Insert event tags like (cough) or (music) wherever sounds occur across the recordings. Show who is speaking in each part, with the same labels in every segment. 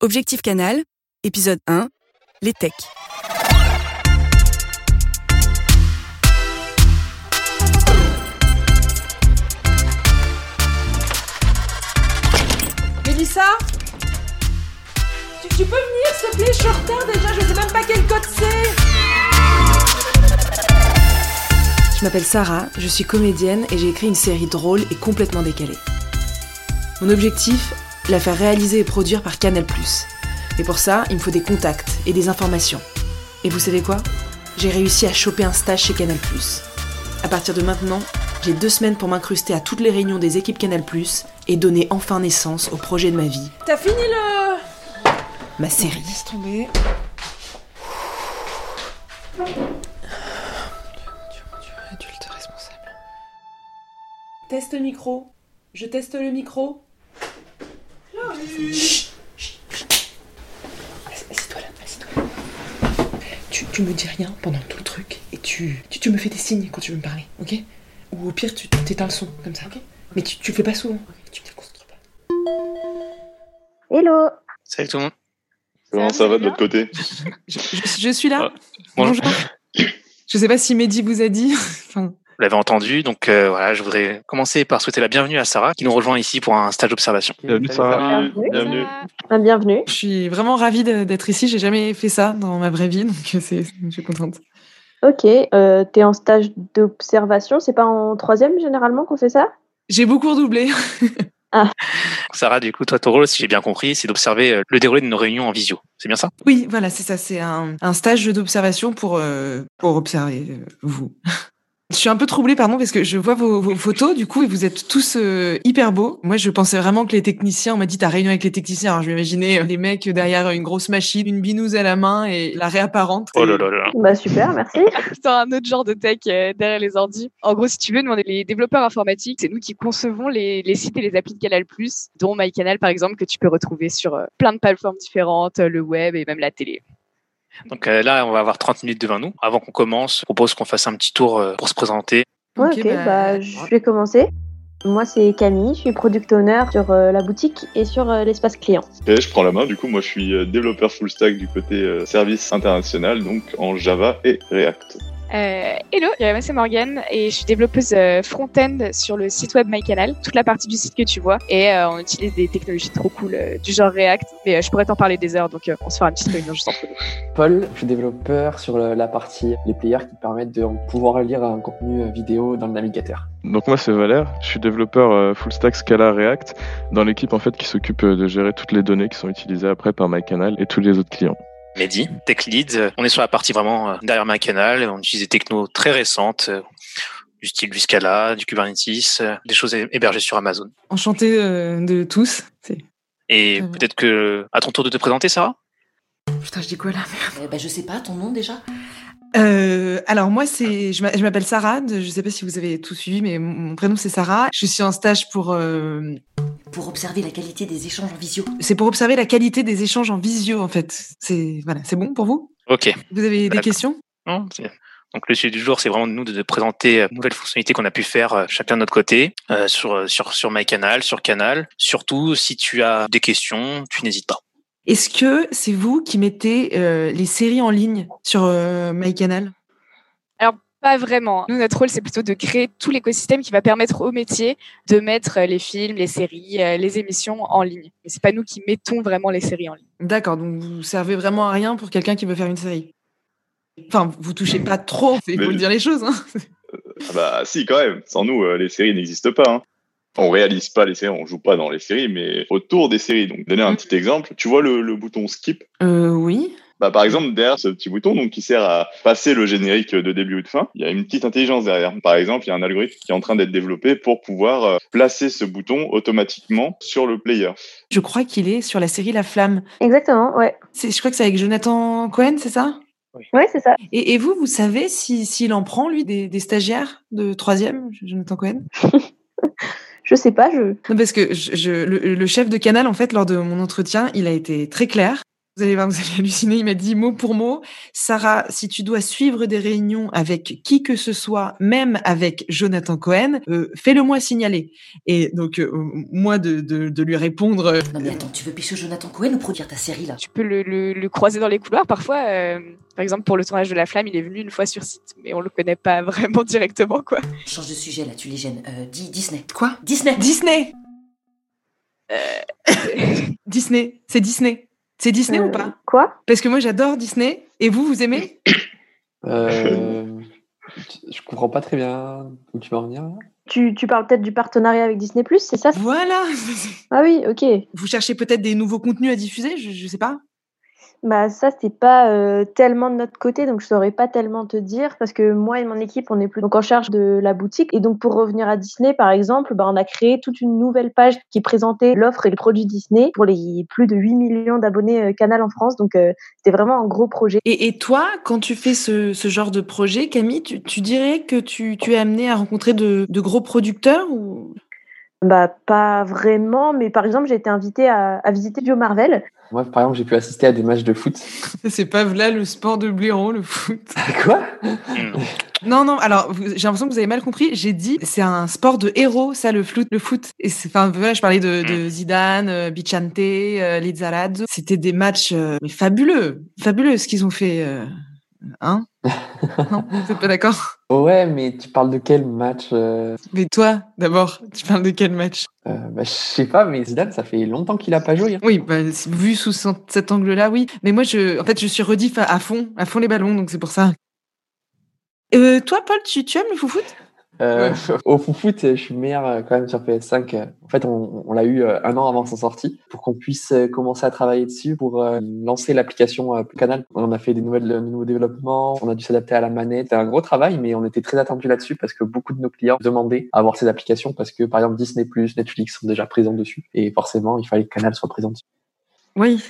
Speaker 1: Objectif Canal, épisode 1, les techs.
Speaker 2: Mélissa tu, tu peux venir s'il te plaît Je suis en retard déjà, je sais même pas quel code c'est
Speaker 3: Je m'appelle Sarah, je suis comédienne et j'ai écrit une série drôle et complètement décalée. Mon objectif La faire réaliser et produire par Canal+. Mais pour ça, il me faut des contacts et des informations. Et vous savez quoi J'ai réussi à choper un stage chez Canal+. À partir de maintenant, j'ai deux semaines pour m'incruster à toutes les réunions des équipes Canal+, et donner enfin naissance au projet de ma vie,
Speaker 2: T'as fini le...
Speaker 3: ma série.
Speaker 2: Laisse tomber.
Speaker 3: Adulte responsable.
Speaker 2: Teste le micro. Je teste le micro.
Speaker 3: Assieds-toi là, assieds-toi. Tu, tu me dis rien pendant tout le truc et tu, tu, tu me fais des signes quand tu veux me parler, ok Ou au pire, tu t'éteins le son comme ça. Mais tu, tu le fais pas souvent. Tu te concentres pas.
Speaker 4: Hello
Speaker 5: Salut tout le monde.
Speaker 6: Comment ça va de l'autre côté
Speaker 7: Je, je- je suis là.
Speaker 5: Ah, bonjour.
Speaker 7: Je sais pas si Mehdi vous a dit. (laughs) Enfin,
Speaker 5: Vous l'avez entendu, donc euh, voilà, je voudrais commencer par souhaiter la bienvenue à Sarah qui nous rejoint ici pour un stage d'observation.
Speaker 6: Bienvenue Sarah.
Speaker 4: Bienvenue.
Speaker 6: Bienvenue.
Speaker 4: Bienvenue.
Speaker 7: je suis vraiment ravie de- d'être ici. J'ai jamais fait ça dans ma vraie vie, donc euh, c'est, je suis contente.
Speaker 4: Ok, euh, t'es en stage d'observation, c'est pas en troisième généralement qu'on fait ça
Speaker 7: J'ai beaucoup redoublé. (laughs)
Speaker 5: Sarah, du coup, toi, ton rôle, si j'ai bien compris, c'est d'observer euh, le déroulé de nos réunions en visio. C'est bien ça
Speaker 7: Oui, voilà, c'est ça. C'est un, un stage d'observation pour, euh, pour observer euh, vous. Je suis un peu troublée, pardon, parce que je vois vos, vos photos, du coup, et vous êtes tous euh, hyper beaux. Moi, je pensais vraiment que les techniciens, on m'a dit, t'as réunion avec les techniciens. Alors, je m'imaginais euh, les mecs derrière une grosse machine, une binouse à la main et la réapparente.
Speaker 5: Oh là là là.
Speaker 4: Bah super, merci.
Speaker 8: C'est un autre genre de tech euh, derrière les ordi. En gros, si tu veux, nous, on est les développeurs informatiques. C'est nous qui concevons les, les sites et les applis de Canal+, dont MyCanal, par exemple, que tu peux retrouver sur euh, plein de plateformes différentes, euh, le web et même la télé.
Speaker 5: Donc euh, là, on va avoir 30 minutes devant nous. Avant qu'on commence, je propose qu'on fasse un petit tour euh, pour se présenter.
Speaker 4: Ouais,
Speaker 7: Ok,
Speaker 4: ok, bah,
Speaker 7: bah,
Speaker 4: je vais commencer. Moi c'est Camille, je suis product owner sur euh, la boutique et sur euh, l'espace client.
Speaker 6: Et je prends la main, du coup, moi je suis euh, développeur full stack du côté euh, service international, donc en Java et React.
Speaker 8: Euh, hello, euh, moi c'est Morgane et je suis développeuse euh, front-end sur le site web MyCanal, toute la partie du site que tu vois. Et euh, on utilise des technologies trop cool euh, du genre React. Mais euh, je pourrais t'en parler des heures, donc euh, on se fera une petite réunion juste entre nous.
Speaker 9: Paul, je suis développeur sur le- la partie les players qui permettent de pouvoir lire un contenu euh, vidéo dans le navigateur.
Speaker 10: Donc moi c'est Valère, je suis développeur euh, full stack Scala React dans l'équipe en fait qui s'occupe euh, de gérer toutes les données qui sont utilisées après par MyCanal et tous les autres clients.
Speaker 5: Mehdi, Tech Lead. Euh, On est sur la partie vraiment euh, derrière MyCanal. On utilise des technos très récentes, euh, du style du Scala, du Kubernetes, euh, des choses hé- hébergées sur Amazon.
Speaker 7: Enchantée euh, de tous. C'est...
Speaker 5: Et
Speaker 7: Mhm.
Speaker 5: peut-être que, à ton tour de te présenter, Sarah
Speaker 7: Putain, je dis quoi là
Speaker 11: Eh ben, je sais pas, ton nom déjà
Speaker 7: Euh, alors moi c'est je m'a- je m'appelle Sarah, de- je sais pas si vous avez tout suivi mais mon mon prénom c'est Sarah. Je suis en stage pour euh,
Speaker 11: Pour observer la qualité des échanges en visio.
Speaker 7: c'est pour observer la qualité des échanges en visio en fait. C'est voilà, c'est bon pour vous
Speaker 5: Ok.
Speaker 7: Vous avez des
Speaker 5: D'accord.
Speaker 7: questions
Speaker 5: Non, c'est- Donc le sujet du jour, c'est vraiment de nous de, de présenter euh, nouvelles fonctionnalités qu'on a pu faire euh, chacun de notre côté euh, sur euh, sur sur MyCanal, sur Canal. Surtout si tu as des questions, tu n'hésites pas.
Speaker 7: Est-ce que c'est vous qui mettez euh, les séries en ligne sur euh, MyCanal
Speaker 8: Pas vraiment. Nous, notre rôle, c'est plutôt de créer tout l'écosystème qui va permettre au métier de mettre euh, les films, les séries, euh, les émissions en ligne. Mais c'est pas nous qui mettons vraiment les séries en ligne.
Speaker 7: D'accord, donc vous servez vraiment à rien pour quelqu'un qui veut faire une série. Enfin, vous touchez pas trop, il faut
Speaker 6: Mais-
Speaker 7: le dire les choses. hein.
Speaker 6: Ah bah si, quand même, sans nous, euh, les séries n'existent pas. Hein. On réalise pas les séries, on joue pas dans les séries, mais autour des séries. Donc, donner un petit exemple, tu vois le, le bouton skip
Speaker 7: Euh, oui.
Speaker 6: bah, par exemple, derrière ce petit bouton, donc, qui sert à passer le générique de début ou de fin, il y a une petite intelligence derrière. Par exemple, il y a un algorithme qui est en train d'être développé pour pouvoir euh, placer ce bouton automatiquement sur le player.
Speaker 7: Je crois qu'il est sur la série La Flamme.
Speaker 4: Exactement, ouais.
Speaker 7: C'est- Je crois que c'est avec Jonathan Cohen, c'est ça
Speaker 4: Ouais, c'est ça.
Speaker 7: Et, et vous, vous savez si- s'il en prend, lui, des, des stagiaires de troisième, Jonathan Cohen
Speaker 4: Je sais pas, je.
Speaker 7: Non, parce que je, je- le, le chef de canal, en fait, lors de mon entretien, il a été très clair. Vous allez voir, (laughs) vous allez halluciner. Il m'a dit mot pour mot, Sarah, si tu dois suivre des réunions avec qui que ce soit, même avec Jonathan Cohen, euh, fais-le-moi signaler. Et donc euh, moi de, de, de lui répondre. euh,
Speaker 11: Non mais attends, tu veux pêcher Jonathan Cohen ou produire ta série là
Speaker 8: Tu peux le, le- le croiser dans les couloirs. Parfois, euh, par exemple, pour le tournage de La Flamme, il est venu une fois sur site, mais on le connaît pas (laughs) vraiment directement, quoi.
Speaker 11: Change de sujet là, tu les gênes. Euh, dis Disney. Quoi
Speaker 7: Disney. Disney. Euh, (laughs) Disney. C'est Disney. C'est Disney
Speaker 4: Euh,
Speaker 7: ou pas
Speaker 4: Quoi
Speaker 7: Parce que moi j'adore Disney. Et vous, vous aimez (coughs)
Speaker 6: (laughs)
Speaker 9: Euh, tu- je comprends pas très bien où tu vas en venir. là.
Speaker 4: tu, tu parles peut-être du partenariat avec Disney Plus, c'est ça
Speaker 7: Voilà. (laughs)
Speaker 4: Ah oui, ok.
Speaker 7: Vous cherchez peut-être des nouveaux contenus à diffuser. Je, je sais pas.
Speaker 4: Bah ça c'est pas euh, tellement de notre côté donc je saurais pas tellement te dire parce que moi et mon équipe on est plus donc en charge de la boutique et donc pour revenir à Disney par exemple bah, on a créé toute une nouvelle page qui présentait l'offre et le produit Disney pour les plus de 8 millions d'abonnés euh, Canal en France donc euh, c'était vraiment un gros projet.
Speaker 7: Et, et toi, quand tu fais ce, ce genre de projet, Camille, tu, tu dirais que tu, tu es amené à rencontrer de, de gros producteurs ou
Speaker 4: Bah pas vraiment mais par exemple j'ai été invitée à, à visiter Bio Marvel.
Speaker 9: Moi, par exemple, j'ai pu assister à des matchs de
Speaker 7: (laughs)
Speaker 9: foot. (laughs)
Speaker 7: C'est pas là le sport de blaireau, le foot.
Speaker 9: Quoi
Speaker 7: Non, non, alors vous- j'ai l'impression que vous avez mal compris. J'ai dit c'est un sport de héros, ça, le, flou- le foot. Et c'est- enfin, voilà, je parlais de, de Zidane, euh, Bichante, euh, Lizarazu. C'était des matchs euh, mais fabuleux, fabuleux ce qu'ils ont fait. euh, Hein Non, vous êtes pas d'accord
Speaker 9: Ouais, mais tu parles de quel match euh,
Speaker 7: Mais toi, d'abord, tu parles de quel match
Speaker 9: euh, bah, Je sais pas, mais Zidane, ça fait longtemps qu'il a pas joué. hein.
Speaker 7: Oui, bah, c'est- vu sous ce- cet angle-là, oui. Mais moi, je, en fait, je suis rediff à, à fond, à fond les ballons, donc c'est pour ça. Euh, toi, Paul, tu, tu aimes le foot
Speaker 9: Euh, (laughs) Au foot, je suis meilleur euh, quand même sur PS5. euh. En fait, on, on l'a eu euh, un an avant sa sortie pour qu'on puisse euh, commencer à travailler dessus pour euh, lancer l'application euh, Canal. On a fait des nouvelles, de nouveaux développements, on a dû s'adapter à la manette. C'était un gros travail, mais on était très attendu là-dessus parce que beaucoup de nos clients demandaient à avoir ces applications parce que, par exemple, Disney+, Netflix sont déjà présents dessus et forcément, il fallait que Canal soit présent dessus.
Speaker 7: Oui.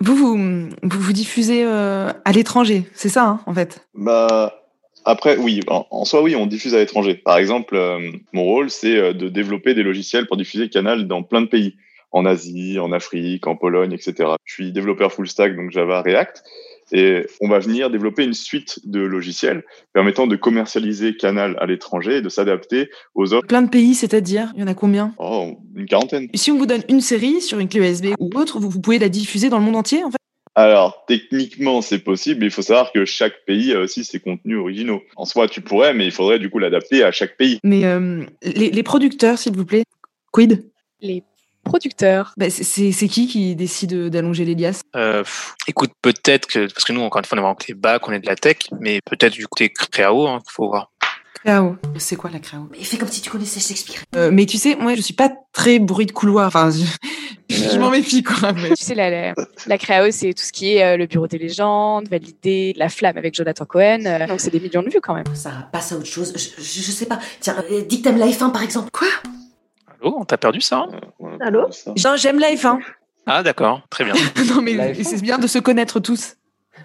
Speaker 7: Vous, vous, vous, vous diffusez euh, à l'étranger, c'est ça, hein, en fait
Speaker 6: Bah après, oui, en, en soi, oui, on diffuse à l'étranger. Par exemple, euh, mon rôle, c'est euh, de développer des logiciels pour diffuser Canal dans plein de pays, en Asie, en Afrique, en Pologne, etc. Je suis développeur full stack, donc Java, React, et on va venir développer une suite de logiciels permettant de commercialiser Canal à l'étranger et de s'adapter aux offres.
Speaker 7: Plein de pays, c'est-à-dire, il y en a combien
Speaker 6: Oh, une quarantaine.
Speaker 7: Si on vous donne une série sur une clé USB ou autre, vous, vous pouvez la diffuser dans le monde entier, en fait
Speaker 6: Alors, techniquement, c'est possible, mais il faut savoir que chaque pays a aussi ses contenus originaux. En soi, tu pourrais, mais il faudrait du coup l'adapter à chaque pays.
Speaker 7: Mais euh, les, les producteurs, s'il vous plaît, quid
Speaker 8: Les producteurs.
Speaker 7: Bah, c'est- C'est c'est qui qui décide euh, d'allonger les liasses
Speaker 5: Euh, pff, écoute, peut-être que, parce que nous, encore une fois, on est vraiment que les bacs, on est de la tech, mais peut-être du côté créao, hein, faut voir.
Speaker 7: Créao. C'est quoi la créao
Speaker 11: Mais fais comme si tu connaissais Shakespeare.
Speaker 7: Euh, mais tu sais, moi, je suis pas très bruit de couloir. Enfin, je, je m'en méfie, quoi. mais-
Speaker 8: tu sais, la, la, la créa, c'est tout ce qui est euh, le bureau des légendes, validé, la flamme avec Jonathan Cohen. euh, donc c'est des millions de vues quand même.
Speaker 11: Sarah, passe à autre chose. Je, je- je sais pas. Tiens, euh, dis que t'aimes la F1 par exemple. Quoi
Speaker 5: Allô, on t'a perdu ça
Speaker 6: Euh,
Speaker 5: hein
Speaker 4: Allô
Speaker 7: Non, j'aime la F1.
Speaker 5: Ah, d'accord, très bien.
Speaker 7: (laughs) non, mais
Speaker 9: La F1.
Speaker 7: c'est bien de se connaître tous.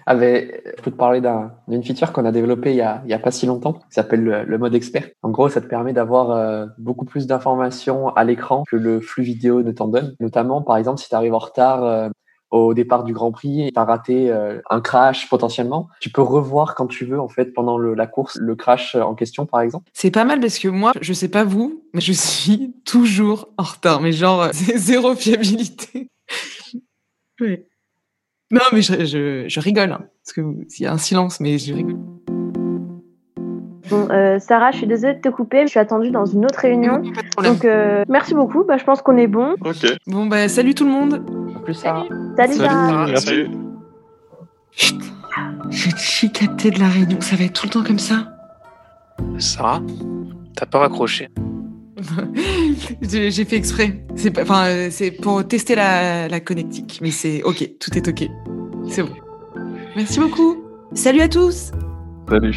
Speaker 9: Ah ben, je peux te parler d'un- d'une feature qu'on a développée il y a, il y a pas si longtemps, qui s'appelle le, le mode expert. En gros, ça te permet d'avoir euh, beaucoup plus d'informations à l'écran que le flux vidéo ne t'en donne. Notamment, par exemple, si tu arrives en retard euh, au départ du Grand Prix et tu as raté euh, un crash potentiellement, tu peux revoir quand tu veux, en fait, pendant le- la course, le crash en question, par exemple.
Speaker 7: C'est pas mal parce que moi, je sais pas vous, mais je suis (laughs) toujours en retard. Mais genre, c'est (laughs) zéro fiabilité. Ouais. Non, mais je, je- je rigole. hein, parce que s'il y a un silence, mais je rigole.
Speaker 4: Bon euh, Sarah, je suis désolée de te couper, je suis attendue dans une autre réunion. Donc euh, merci beaucoup, bah je pense qu'on est bon.
Speaker 6: Ok.
Speaker 7: Bon, bah, salut tout le monde.
Speaker 9: Plus ça.
Speaker 4: Salut, Sarah.
Speaker 6: Salut.
Speaker 7: Je vais te chicater de la réunion. Ça va être tout le temps comme ça. (laughs)
Speaker 5: Sarah, t'as pas raccroché.
Speaker 7: J'ai j'ai fait exprès. C'est pas- enfin, euh, c'est pour tester la, la connectique, mais c'est ok, tout est ok. C'est bon. Merci beaucoup. Salut à tous.
Speaker 10: Salut.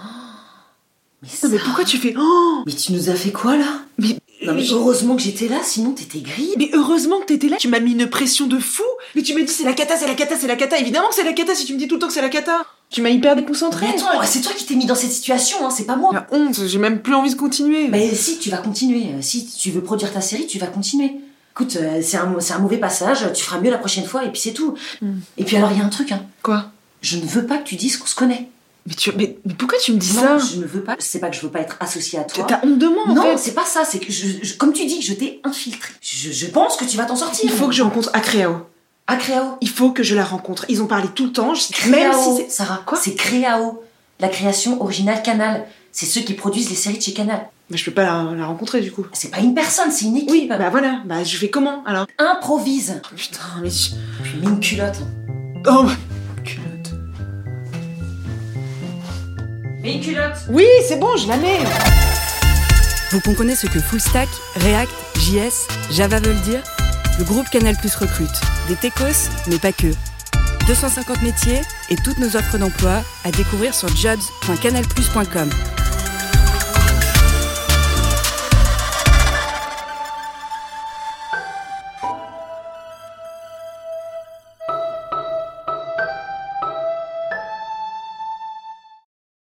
Speaker 11: Mais,
Speaker 3: mais
Speaker 11: Sarah,
Speaker 3: pourquoi tu fais Oh
Speaker 11: mais tu nous as fait quoi là
Speaker 3: Mais-
Speaker 11: Non mais heureusement que j'étais là, sinon t'étais grille.
Speaker 3: Mais heureusement que t'étais là, tu m'as mis une pression de fou. Mais tu m'as dit c'est la cata, c'est la cata, c'est la cata. Évidemment que c'est la cata si tu me dis tout le temps que c'est la cata. Tu m'as hyper déconcentré.
Speaker 11: Mais attends, c'est toi qui t'es mis dans cette situation, hein, c'est pas moi.
Speaker 3: La honte, j'ai même plus envie de continuer.
Speaker 11: Mais si, tu vas continuer. Si tu veux produire ta série, tu vas continuer. Écoute, euh, c'est un, c'est un mauvais passage, tu feras mieux la prochaine fois et puis c'est tout.
Speaker 3: Mm.
Speaker 11: Et puis alors, il y a un truc, hein.
Speaker 3: Quoi
Speaker 11: Je ne veux pas que tu dises qu'on se connaît.
Speaker 3: mais, tu... mais, mais pourquoi tu me dis ça
Speaker 11: non, je ne veux pas. C'est pas que je veux pas être associée à toi.
Speaker 3: T'as honte de moi en
Speaker 11: Non,
Speaker 3: fait.
Speaker 11: c'est pas ça. C'est que, je, je- comme tu dis, que je t'ai infiltré. Je, je pense que tu vas t'en sortir.
Speaker 3: Il faut que je rencontre Acreao.
Speaker 11: À Créao.
Speaker 3: Il faut que je la rencontre. Ils ont parlé tout le temps. je-
Speaker 11: Créao,
Speaker 3: Même si c'est.
Speaker 11: Sarah,
Speaker 3: Quoi
Speaker 11: C'est Créao, la création originale Canal. C'est ceux qui produisent les séries de chez Canal.
Speaker 3: Mais je peux pas la, la rencontrer du coup.
Speaker 11: C'est pas une personne, c'est une équipe.
Speaker 3: Oui, bah voilà. Bah je fais comment alors
Speaker 11: Improvise.
Speaker 3: Putain, mais. je-
Speaker 11: Puis mets une culotte.
Speaker 3: Oh
Speaker 11: Culotte. Mets une culotte.
Speaker 3: Oui, c'est bon, je la mets.
Speaker 1: Vous comprenez ce que Full Stack, React, JS, Java veulent dire Le groupe Canal Plus recrute. Des techos, mais pas que. 250 métiers et toutes nos offres d'emploi à découvrir sur jobs.canalplus.com.